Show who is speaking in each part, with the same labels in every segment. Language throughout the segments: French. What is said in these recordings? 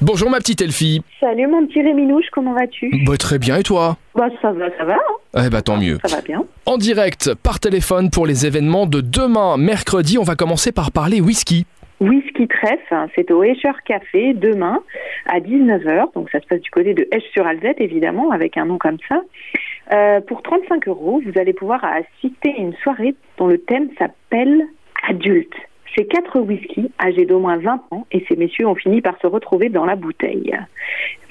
Speaker 1: Bonjour ma petite Elfie.
Speaker 2: Salut mon petit Réminouche, comment vas-tu
Speaker 1: Bah, très bien et toi
Speaker 2: Bah ça va, ça va, hein,
Speaker 1: Eh bah tant mieux.
Speaker 2: ça va bien.
Speaker 1: En direct par téléphone pour les événements de demain mercredi, on va commencer par parler whisky.
Speaker 2: Whisky Trèfle, hein, c'est au Escher Café demain à 19h, donc ça se passe du côté de Esch sur Alzette évidemment, avec un nom comme ça. Euh, pour 35 euros, vous allez pouvoir assister à une soirée dont le thème s'appelle Adulte. C'est quatre whiskies âgés d'au moins 20 ans et ces messieurs ont fini par se retrouver dans la bouteille.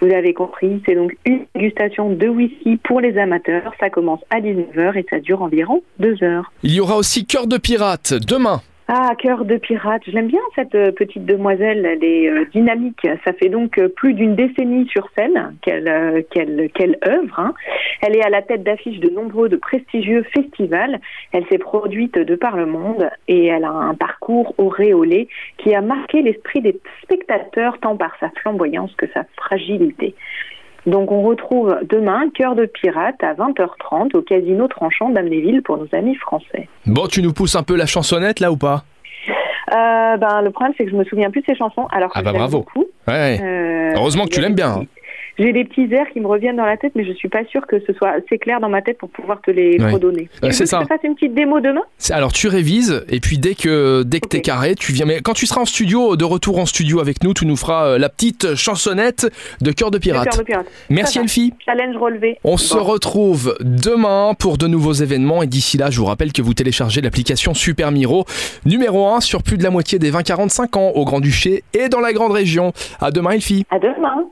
Speaker 2: Vous avez compris, c'est donc une dégustation de whisky pour les amateurs. Ça commence à 19h et ça dure environ 2 heures.
Speaker 1: Il y aura aussi Cœur de Pirate demain.
Speaker 2: Ah, cœur de pirate, je l'aime bien cette euh, petite demoiselle, elle est euh, dynamique. Ça fait donc euh, plus d'une décennie sur scène qu'elle euh, qu'elle qu'elle œuvre. hein. Elle est à la tête d'affiches de nombreux de prestigieux festivals. Elle s'est produite de par le monde et elle a un parcours auréolé qui a marqué l'esprit des spectateurs tant par sa flamboyance que sa fragilité. Donc on retrouve demain Cœur de pirate à 20h30 au Casino Tranchant d'Amnéville pour nos amis français.
Speaker 1: Bon, tu nous pousses un peu la chansonnette là ou pas
Speaker 2: Euh, ben, le problème, c'est que je me souviens plus de ces chansons. Alors que
Speaker 1: Ah bah
Speaker 2: je l'aime
Speaker 1: bravo.
Speaker 2: beaucoup.
Speaker 1: Ouais.
Speaker 2: Euh,
Speaker 1: Heureusement que tu l'aimes bien. hein.
Speaker 2: J'ai des petits airs qui me reviennent dans la tête, mais je suis pas sûre que ce soit assez clair dans ma tête pour pouvoir te les
Speaker 1: Ouais.
Speaker 2: redonner. Tu
Speaker 1: Euh,
Speaker 2: veux
Speaker 1: c'est
Speaker 2: que
Speaker 1: ça.
Speaker 2: je te fasse une petite démo demain
Speaker 1: C'est- Alors tu révises et puis dès que dès que t'es
Speaker 2: Ok.
Speaker 1: carré, tu viens. Mais quand tu seras en studio, de retour en studio avec nous, tu nous feras euh, la petite chansonnette de Cœur de
Speaker 2: Le
Speaker 1: Pirate.
Speaker 2: cœur de pirate.
Speaker 1: Merci
Speaker 2: Ça va.
Speaker 1: Elfie.
Speaker 2: Challenge relevé.
Speaker 1: On se retrouve demain pour de nouveaux événements et d'ici là, je vous rappelle que vous téléchargez l'application Super Miro, numéro 1 sur plus de la moitié des 20-45 ans au Grand-Duché et dans la Grande Région. À demain Elfie.
Speaker 2: À demain.